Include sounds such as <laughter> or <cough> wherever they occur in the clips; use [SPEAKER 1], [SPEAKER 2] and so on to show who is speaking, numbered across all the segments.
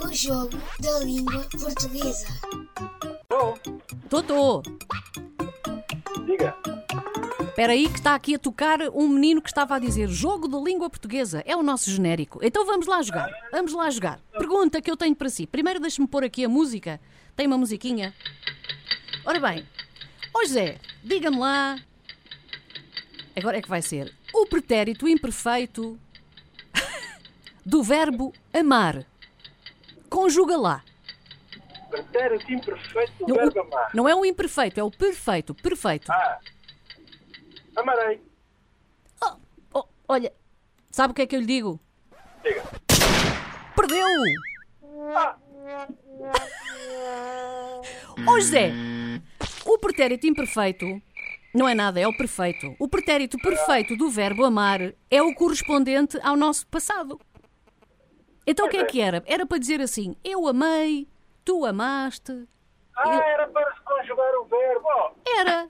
[SPEAKER 1] O jogo da língua portuguesa.
[SPEAKER 2] Estou,
[SPEAKER 3] Totó,
[SPEAKER 2] diga.
[SPEAKER 3] espera aí que está aqui a tocar um menino que estava a dizer jogo de língua portuguesa. É o nosso genérico. Então vamos lá jogar. Vamos lá jogar. Pergunta que eu tenho para si. Primeiro deixa-me pôr aqui a música. Tem uma musiquinha? Ora bem, ó José, diga-me lá. Agora é que vai ser. O pretérito imperfeito <laughs> do verbo amar. Conjuga lá.
[SPEAKER 2] Pretérito imperfeito do
[SPEAKER 3] Não,
[SPEAKER 2] verbo
[SPEAKER 3] o-
[SPEAKER 2] amar.
[SPEAKER 3] não é o imperfeito, é o perfeito. Perfeito.
[SPEAKER 2] Ah, amarei.
[SPEAKER 3] Oh, oh, olha, sabe o que é que eu lhe digo?
[SPEAKER 2] Diga.
[SPEAKER 3] Perdeu!
[SPEAKER 2] Ah,
[SPEAKER 3] Ó José, o pretérito imperfeito não é nada, é o perfeito. O pretérito perfeito do verbo amar é o correspondente ao nosso passado. Então o que é que era? Era para dizer assim: eu amei, tu amaste.
[SPEAKER 2] ah era para se conjugar o verbo. Oh,
[SPEAKER 3] Era,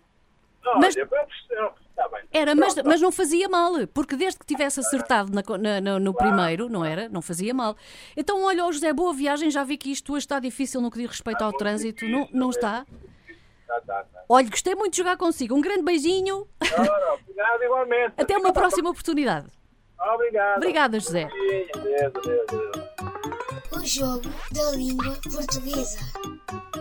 [SPEAKER 2] olha,
[SPEAKER 3] Mas-
[SPEAKER 2] vamos... oh, Está bem.
[SPEAKER 3] era, mas,
[SPEAKER 2] Pronto,
[SPEAKER 3] mas não fazia mal, porque desde que tivesse acertado na co- na- na- no primeiro, não era? Não fazia mal. Então, olha, ó José, boa viagem, já vi que isto hoje está difícil no que diz respeito ao trânsito, não, não está?
[SPEAKER 2] Tá, tá, tá.
[SPEAKER 3] Olha, gostei muito de jogar consigo. Um grande beijinho,
[SPEAKER 2] Ora, obrigado igualmente.
[SPEAKER 3] até uma próxima oportunidade.
[SPEAKER 2] Obrigado.
[SPEAKER 3] Obrigada, José.
[SPEAKER 2] Sim, adeus, adeus, adeus.
[SPEAKER 1] O jogo da língua portuguesa.